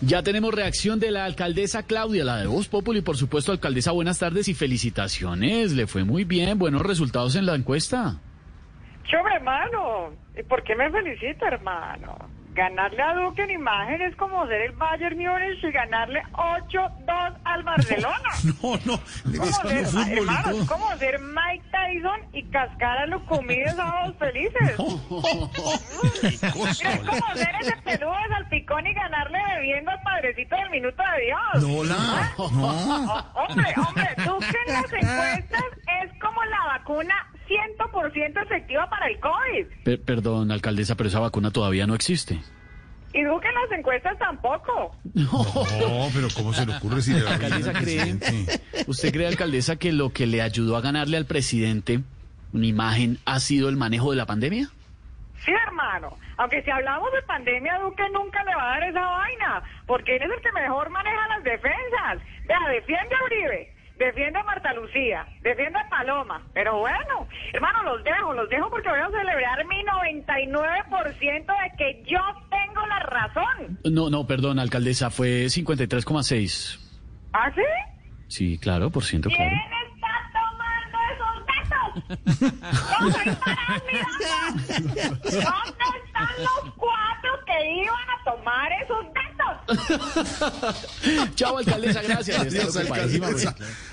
Ya tenemos reacción de la alcaldesa Claudia, la de Voz Populi, por supuesto, alcaldesa, buenas tardes y felicitaciones. Le fue muy bien, buenos resultados en la encuesta. Sobre hermano, ¿y por qué me felicita, hermano? Ganarle a Duque en imagen es como ser el Bayern Múnich y ganarle 8-2 al Barcelona. No, no, le ¿Cómo ganaron ser, fútbol y hermano, todo. es como ser Mike Tyson y cascar a los comidos a los felices. Mira, es como ser ese peludo de salpicón y ganarle bebiendo al padrecito del minuto de Dios. No, la, no. Oh, hombre, hombre, tú que en las encuestas es como la vacuna 100% efectiva para el COVID. Per- perdón, alcaldesa, pero esa vacuna todavía no existe. Y tú que en las encuestas tampoco. No, pero ¿cómo se le ocurre si le va a ganar Alcaldesa, al ¿cree? presidente? ¿Usted cree, alcaldesa, que lo que le ayudó a ganarle al presidente una imagen ha sido el manejo de la pandemia? Sí, hermano. Aunque si hablamos de pandemia, Duque nunca le va a dar esa vaina, porque él es el que mejor maneja las defensas. Vea, defiende a Uribe, defiende a Marta Lucía, defiende a Paloma. Pero bueno, hermano, los dejo, los dejo porque voy a celebrar mi 99% de que yo tengo la razón. No, no, perdón, alcaldesa, fue 53,6. ¿Ah, sí? Sí, claro, por ciento, ¿Quién claro. está tomando esos datos? ¿Dónde están mirando? ¿Dónde están los cuatro que iban a tomar esos datos? Chao, alcaldesa, gracias. Adiós, Está ocupadísima, alcaldesa. pues.